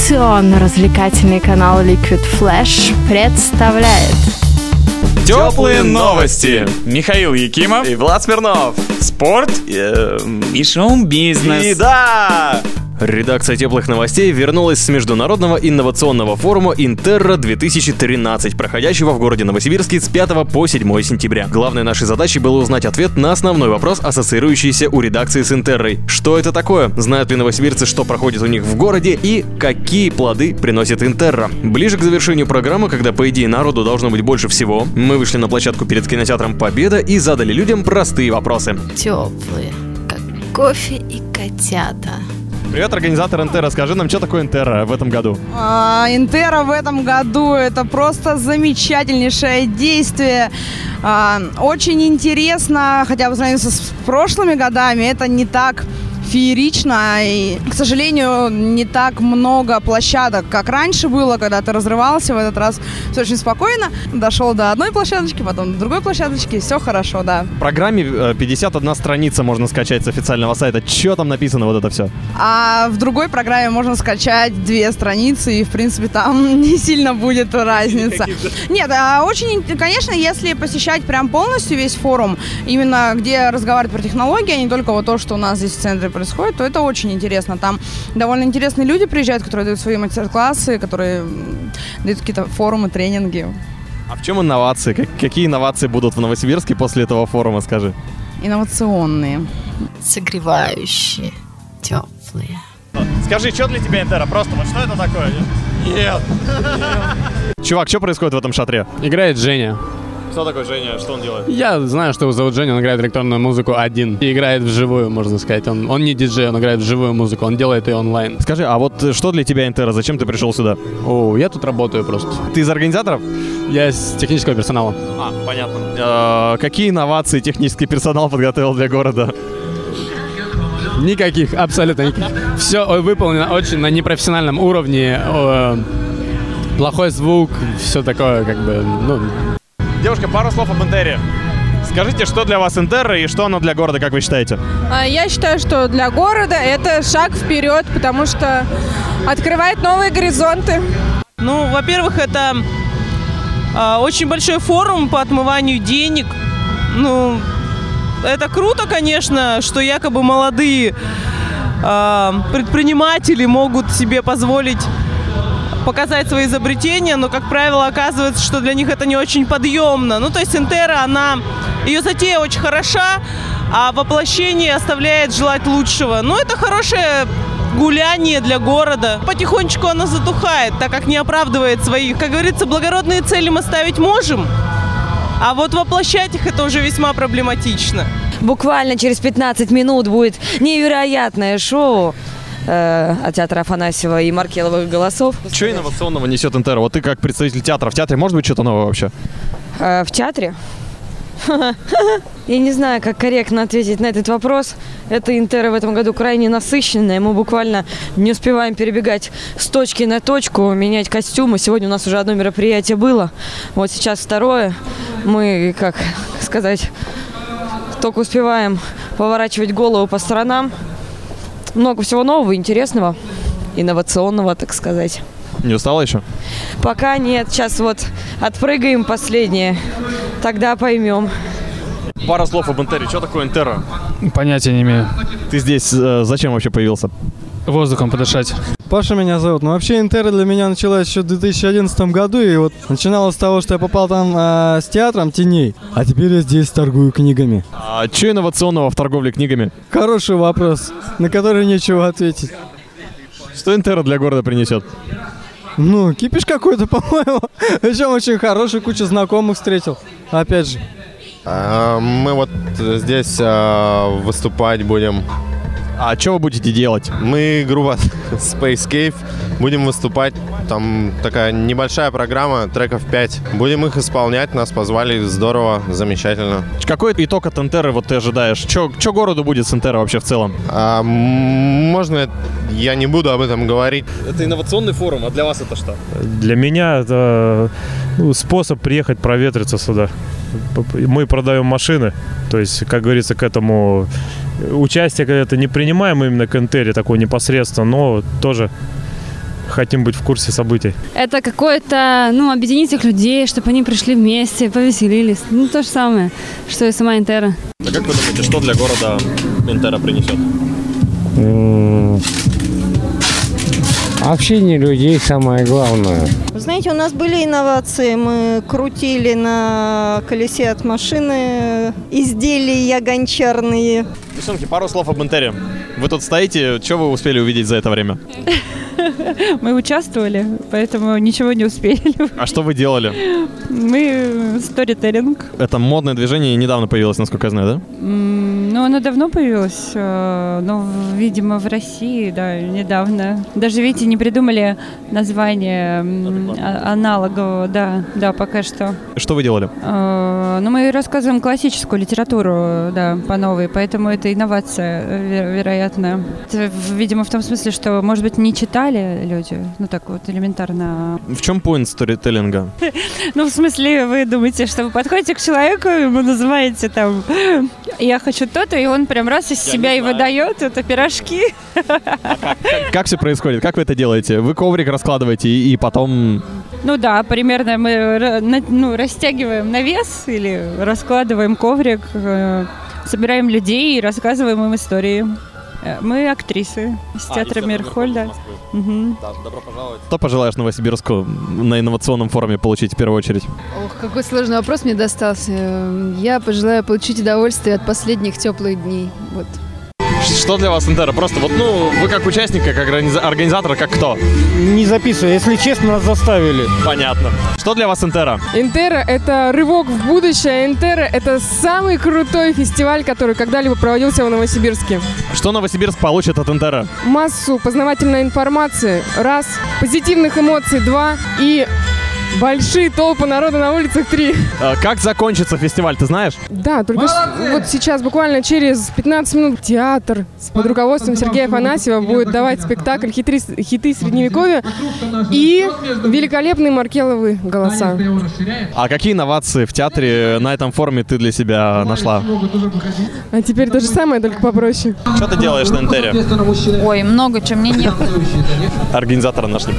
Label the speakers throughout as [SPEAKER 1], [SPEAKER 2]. [SPEAKER 1] Информационно-развлекательный канал Liquid Flash представляет
[SPEAKER 2] Теплые новости. Михаил Якимов,
[SPEAKER 3] И Влад Смирнов.
[SPEAKER 2] спорт
[SPEAKER 3] И, эм,
[SPEAKER 2] и шоу-бизнес.
[SPEAKER 3] И да!
[SPEAKER 4] Редакция теплых новостей вернулась с Международного инновационного форума «Интерра-2013», проходящего в городе Новосибирске с 5 по 7 сентября. Главной нашей задачей было узнать ответ на основной вопрос, ассоциирующийся у редакции с «Интеррой». Что это такое? Знают ли новосибирцы, что проходит у них в городе и какие плоды приносит «Интерра»? Ближе к завершению программы, когда, по идее, народу должно быть больше всего, мы вышли на площадку перед кинотеатром «Победа» и задали людям простые вопросы.
[SPEAKER 1] теплые, как кофе и котята.
[SPEAKER 4] Привет, организатор «Интерра». Скажи нам, что такое «Интерра» в этом году?
[SPEAKER 5] А, Интера в этом году это просто замечательнейшее действие. А, Очень интересно, хотя бы сравниваться с прошлыми годами, это не так феерично и, к сожалению, не так много площадок, как раньше было, когда ты разрывался, в этот раз все очень спокойно, дошел до одной площадочки, потом до другой площадочки, все хорошо, да.
[SPEAKER 4] В программе э, 51 страница можно скачать с официального сайта. Че там написано вот это все?
[SPEAKER 5] А в другой программе можно скачать две страницы, и, в принципе, там не сильно будет разница. Нет, а очень, ин- конечно, если посещать прям полностью весь форум, именно где разговаривают про технологии, а не только вот то, что у нас здесь в центре происходит, то это очень интересно. Там довольно интересные люди приезжают, которые дают свои мастер-классы, которые м, дают какие-то форумы, тренинги.
[SPEAKER 4] А в чем инновации? Как- какие инновации будут в Новосибирске после этого форума, скажи?
[SPEAKER 5] Инновационные.
[SPEAKER 6] согревающие, теплые.
[SPEAKER 4] Скажи, что для тебя «Интерра»? Просто вот что это такое? Нет. Чувак, что происходит в этом шатре?
[SPEAKER 7] Играет Женя.
[SPEAKER 4] Кто такой Женя? Что он делает?
[SPEAKER 7] Я знаю, что его зовут Женя, он играет электронную музыку один. И играет вживую, можно сказать. Он, он не диджей, он играет вживую музыку, он делает ее онлайн.
[SPEAKER 4] Скажи, а вот э, что для тебя «Интерра»? Зачем ты пришел сюда?
[SPEAKER 7] О, я тут работаю просто.
[SPEAKER 4] Ты из организаторов?
[SPEAKER 7] Я из технического персонала.
[SPEAKER 4] А, понятно. А, какие инновации технический персонал подготовил для города?
[SPEAKER 7] Никаких, абсолютно никаких. Все выполнено очень на непрофессиональном уровне. Э, Плохой звук, все такое, как бы, ну,
[SPEAKER 4] Девушка, пару слов об «Интерре». Скажите, что для вас «Интерра» и что она для города, как вы считаете?
[SPEAKER 8] А, Я считаю, что для города это шаг вперед, потому что открывает новые горизонты.
[SPEAKER 9] Ну, во-первых, это а, очень большой форум по отмыванию денег. Ну, это круто, конечно, что якобы молодые а, предприниматели могут себе позволить показать свои изобретения, но, как правило, оказывается, что для них это не очень подъемно. Ну, то есть Интера, она, ее затея очень хороша, а воплощение оставляет желать лучшего. Ну, это хорошее гуляние для города. Потихонечку она затухает, так как не оправдывает своих. Как говорится, благородные цели мы ставить можем, а вот воплощать их это уже весьма проблематично.
[SPEAKER 10] Буквально через 15 минут будет невероятное шоу э, от театра Афанасьева и Маркеловых голосов.
[SPEAKER 4] Что инновационного несет «Интерра»? Вот ты как представитель театра, в театре может быть что-то новое вообще?
[SPEAKER 10] Э, в театре? Я не знаю, как корректно ответить на этот вопрос. Эта интера в этом году крайне насыщенная. Мы буквально не успеваем перебегать с точки на точку, менять костюмы. Сегодня у нас уже одно мероприятие было. Вот сейчас второе. Мы, как сказать, только успеваем поворачивать голову по сторонам. Много всего нового, интересного, инновационного, так сказать.
[SPEAKER 4] Не устала еще?
[SPEAKER 10] Пока нет, сейчас вот отпрыгаем последнее, тогда поймем.
[SPEAKER 4] Пара слов об Интере. Что такое Интера?
[SPEAKER 11] Понятия не имею.
[SPEAKER 4] Ты здесь э, зачем вообще появился?
[SPEAKER 11] Воздухом подышать. Паша меня зовут. Но вообще Интера для меня началась еще в 2011 году. И вот начиналось с того, что я попал там а, с театром теней. А теперь я здесь торгую книгами.
[SPEAKER 4] А что инновационного в торговле книгами?
[SPEAKER 11] Хороший вопрос, на который нечего ответить.
[SPEAKER 4] Что Интера для города принесет?
[SPEAKER 11] Ну, кипиш какой-то, по-моему. Причем очень хороший, куча знакомых встретил. Опять же.
[SPEAKER 3] А, Мы вот здесь а, выступать будем.
[SPEAKER 4] А что вы будете делать?
[SPEAKER 3] Мы группа Space Cave. Будем выступать. Там такая небольшая программа, треков 5. Будем их исполнять. Нас позвали. Здорово, замечательно.
[SPEAKER 4] Какой итог от Интеры вот ты ожидаешь? Что городу будет с Интера вообще в целом?
[SPEAKER 3] А, м, можно я не буду об этом говорить?
[SPEAKER 4] Это инновационный форум, а для вас это что?
[SPEAKER 12] Для меня это ну, способ приехать проветриться сюда. Мы продаем машины, то есть, как говорится, к этому участие это не принимаем именно к Интере такое непосредственно, но тоже хотим быть в курсе событий.
[SPEAKER 13] Это какое-то, ну, объединить их людей, чтобы они пришли вместе, повеселились. Ну, то же самое, что и сама Интера.
[SPEAKER 4] А как вы думаете, что для города Интера принесет?
[SPEAKER 14] Общение людей самое главное.
[SPEAKER 15] Вы знаете, у нас были инновации. Мы крутили на колесе от машины изделия гончарные.
[SPEAKER 4] Девчонки, пару слов об Интере. Вы тут стоите, что вы успели увидеть за это время?
[SPEAKER 10] Мы участвовали, поэтому ничего не успели.
[SPEAKER 4] А что вы делали?
[SPEAKER 10] Мы э, сторителлинг.
[SPEAKER 4] Это модное движение недавно появилось, насколько я знаю,
[SPEAKER 10] М, Ну, оно давно появилось, э, но, видимо, в России, да, недавно. Даже, видите, не придумали название м, а- аналогового, да, да, пока что.
[SPEAKER 4] да? Что вы делали?
[SPEAKER 10] Э, Ну, мы рассказываем классическую литературу, да, по новой, поэтому это инновация, э, ве- вероятно. Это, в- видимо, в том смысле, что, может быть, не читали люди, ну, так вот, элементарно.
[SPEAKER 4] В чем поинт сторителлинга?
[SPEAKER 10] Ну, в смысле, вы думаете, что вы подходите к человеку, ему называете там «я хочу то-то», и он прям раз из себя и выдает, это пирожки.
[SPEAKER 4] Как все происходит? Как вы это делаете? Вы коврик раскладываете и, и потом...
[SPEAKER 10] Ну да, примерно мы ра- на- ну, растягиваем навес или раскладываем коврик, э, собираем людей и рассказываем им истории. Э, Мы актрисы из
[SPEAKER 4] А, из
[SPEAKER 10] театра
[SPEAKER 4] театра
[SPEAKER 10] Мирхольда. Мгм.
[SPEAKER 4] добро пожаловать. Что пожелаешь Новосибирску на инновационном форуме получить в первую очередь?
[SPEAKER 16] Ох, какой сложный вопрос мне достался. Эм, Я пожелаю получить удовольствие от последних теплых дней. Вот.
[SPEAKER 4] Что для вас Интера? Просто вот, ну, вы как участник, как организа- организатор, как кто?
[SPEAKER 17] Не записывай, если честно, нас заставили.
[SPEAKER 4] Понятно. Что для вас Интера?
[SPEAKER 18] Интера — это рывок в будущее. Интера — это самый крутой фестиваль, который когда-либо проводился в Новосибирске.
[SPEAKER 4] Что Новосибирск получит от Интера?
[SPEAKER 18] Массу познавательной информации — раз, позитивных эмоций — два, и большие толпы народа на улицах — три.
[SPEAKER 4] Э, Как закончится фестиваль, ты знаешь?
[SPEAKER 18] Да, только что- вот сейчас, буквально через 15 минут, театр с- под руководством Сергея Афанасьева будет давать спектакль «Хитры- «Хиты Средневековья» и великолепные Маркеловы голоса.
[SPEAKER 4] А какие инновации в театре на этом форуме ты для себя нашла?
[SPEAKER 18] А теперь то же самое, только попроще.
[SPEAKER 4] Что ты делаешь на Интере?
[SPEAKER 19] Ой, много чем мне нет.
[SPEAKER 4] Организатора нашли.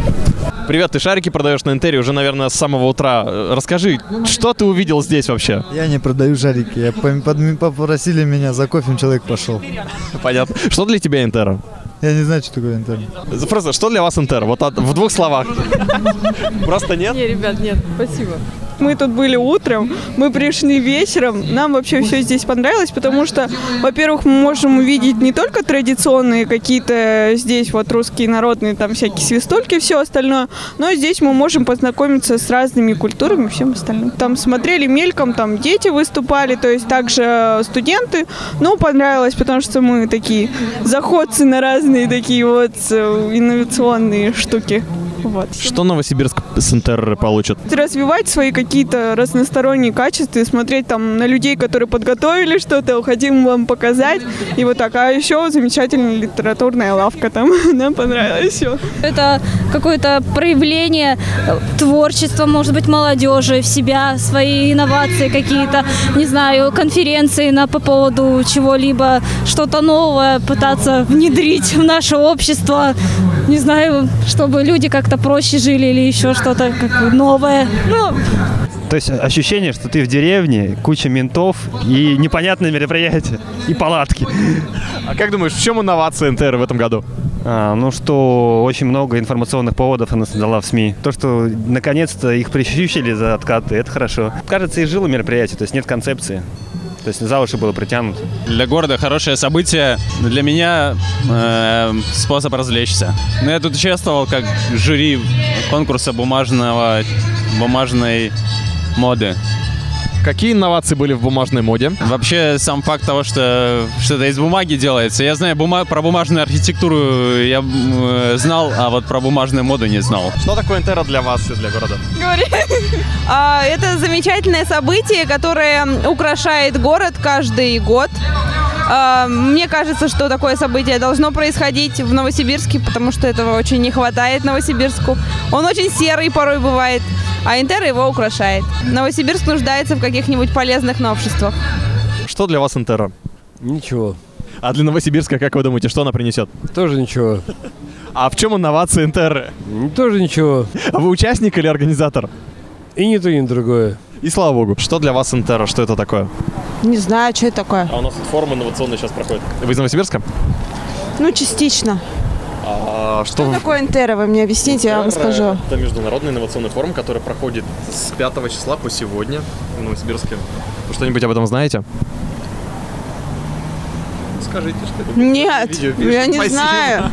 [SPEAKER 4] Привет, ты шарики продаешь на Интере уже, наверное, с самого утра. Э, Расскажи, что ты увидел здесь вообще?
[SPEAKER 20] Я не продаю шарики. Я пом- подми- попросили меня, за кофе человек пошел.
[SPEAKER 4] Понятно. Что для тебя Интера?
[SPEAKER 20] Я не знаю, что такое интернет.
[SPEAKER 4] Просто, что для вас Интер? Вот от- в двух словах. Просто нет?
[SPEAKER 21] Не, ребят, нет, спасибо.
[SPEAKER 9] Мы тут были утром, мы пришли вечером. Нам вообще все здесь понравилось, потому что, во-первых, мы можем увидеть не только традиционные какие-то здесь вот русские народные там всякие свистульки, все остальное, но здесь мы можем познакомиться с разными культурами и всем остальным. Там смотрели мельком, там дети выступали, то есть также э, студенты. Ну, понравилось, потому что мы такие заходцы на разные такие вот э, инновационные штуки. Вот.
[SPEAKER 4] Что Новосибирск с Интер получит?
[SPEAKER 9] развивать свои какие-то разносторонние качества и смотреть там на людей, которые подготовили что-то, хотим вам показать. И вот так. А еще замечательная литературная лавка там. Нам понравилось все.
[SPEAKER 13] Это какое-то проявление э, творчества, может быть, молодежи в себя, свои инновации какие-то, не знаю, конференции на, по поводу чего-либо, что-то новое пытаться внедрить в наше общество, не знаю, чтобы люди как-то проще жили или еще что-то как новое. Ну,
[SPEAKER 22] То есть э, ощущение, что ты в деревне, куча ментов и непонятное мероприятие, и палатки.
[SPEAKER 4] А как думаешь, в чем инновация НТР в этом году?
[SPEAKER 22] ну что, очень много информационных поводов она создала в СМИ. То, что наконец-то их прищучили за откаты, это хорошо. Кажется, и жило мероприятие, то есть нет концепции. То есть за уши было притянуто.
[SPEAKER 23] Для города хорошее событие, для меня э, способ развлечься. Ну, Я тут участвовал как жюри конкурса бумажного, бумажной моды.
[SPEAKER 4] Какие инновации были в бумажной моде?
[SPEAKER 23] Вообще сам факт того, что что-то из бумаги делается. Я знаю бума- про бумажную архитектуру я м, э, знал, а вот про бумажную моду не знал.
[SPEAKER 4] Что такое Интера для вас и для города?
[SPEAKER 9] Говори. А, Это замечательное событие, которое украшает город каждый год. А, Мне кажется, что такое событие должно происходить в Новосибирске, потому что этого очень не хватает Новосибирску. Он очень серый порой бывает, а Интер его украшает. Новосибирск нуждается в каких-нибудь полезных новшествах.
[SPEAKER 4] Что для вас Интера?
[SPEAKER 22] Ничего.
[SPEAKER 4] А для Новосибирска, как вы думаете, что она принесет?
[SPEAKER 22] Тоже ничего.
[SPEAKER 4] А в чем инновация Интерры? Тоже ничего. А вы участник или организатор? И ни то, и ни другое. И слава богу. Что для вас Интерра? Что это такое?
[SPEAKER 5] Не знаю, что это такое.
[SPEAKER 4] А у нас форум инновационный сейчас проходит. Вы из Новосибирска?
[SPEAKER 5] Ну, частично.
[SPEAKER 4] А, что
[SPEAKER 5] Что
[SPEAKER 4] вы-
[SPEAKER 5] такое Интера, вы мне объясните, я вам
[SPEAKER 4] Интерра
[SPEAKER 5] скажу.
[SPEAKER 4] Это международный инновационный форум, который проходит с 5 числа по сегодня в Новосибирске. Вы что-нибудь об этом знаете? Скажите, что
[SPEAKER 5] Нет,
[SPEAKER 4] Видео
[SPEAKER 5] я
[SPEAKER 4] пишет.
[SPEAKER 5] не
[SPEAKER 4] Спасибо.
[SPEAKER 5] знаю.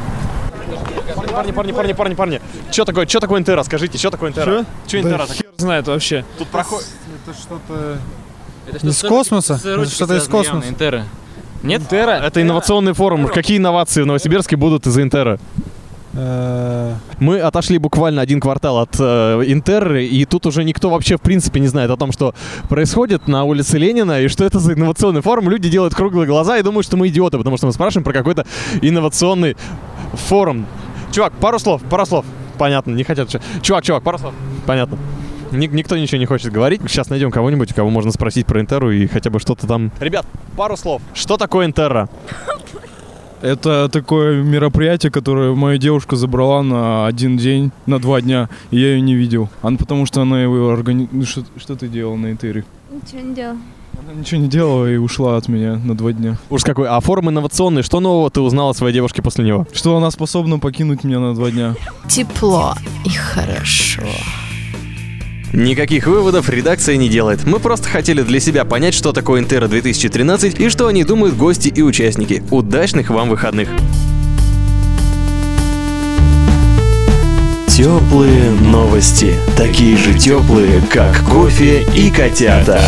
[SPEAKER 4] Парни, парни, парни, парни, парни. Что такое, что такое Интера? Скажите, что такое Интера?
[SPEAKER 11] Чё?
[SPEAKER 4] Что Интера?
[SPEAKER 11] Да
[SPEAKER 4] Хер знает вообще. Тут проходит...
[SPEAKER 11] Это что-то...
[SPEAKER 4] Из космоса? Что-то из космоса. Интера. Нет? Интера? Это инновационный форум. Какие инновации в Новосибирске будут из-за Интера? Э, Мы отошли буквально один квартал от э, Интерры, и тут уже никто вообще в принципе не знает о том, что происходит на улице Ленина, и что это за инновационный форум. Люди делают круглые глаза и думают, что мы идиоты, потому что мы спрашиваем про какой-то инновационный форум. Чувак, пару слов, пару слов. Понятно, не хотят. чё- Чувак, чувак, пару слов. Понятно. Ник- никто ничего не хочет говорить. Сейчас найдем кого-нибудь, у кого можно спросить про Интеру и хотя бы что-то там. Ребят, пару слов. Что такое Интерра?
[SPEAKER 11] Это такое мероприятие, которое мою девушку забрала на один день, на два дня, и я ее не видел. Она потому что она его органи... Ну, Что, что ты делал на Этере?
[SPEAKER 24] Ничего не делал.
[SPEAKER 11] Она ничего не делала и ушла от меня на два дня.
[SPEAKER 4] Уж какой, а форум инновационный, что нового ты узнала о своей девушке после него?
[SPEAKER 11] Что она способна покинуть меня на два дня?
[SPEAKER 1] Тепло и хорошо.
[SPEAKER 25] Никаких выводов редакция не делает. Мы просто хотели для себя понять, что такое Интера 2013 и что они думают гости и участники. Удачных вам выходных! Теплые новости. Такие же теплые, как кофе и котята.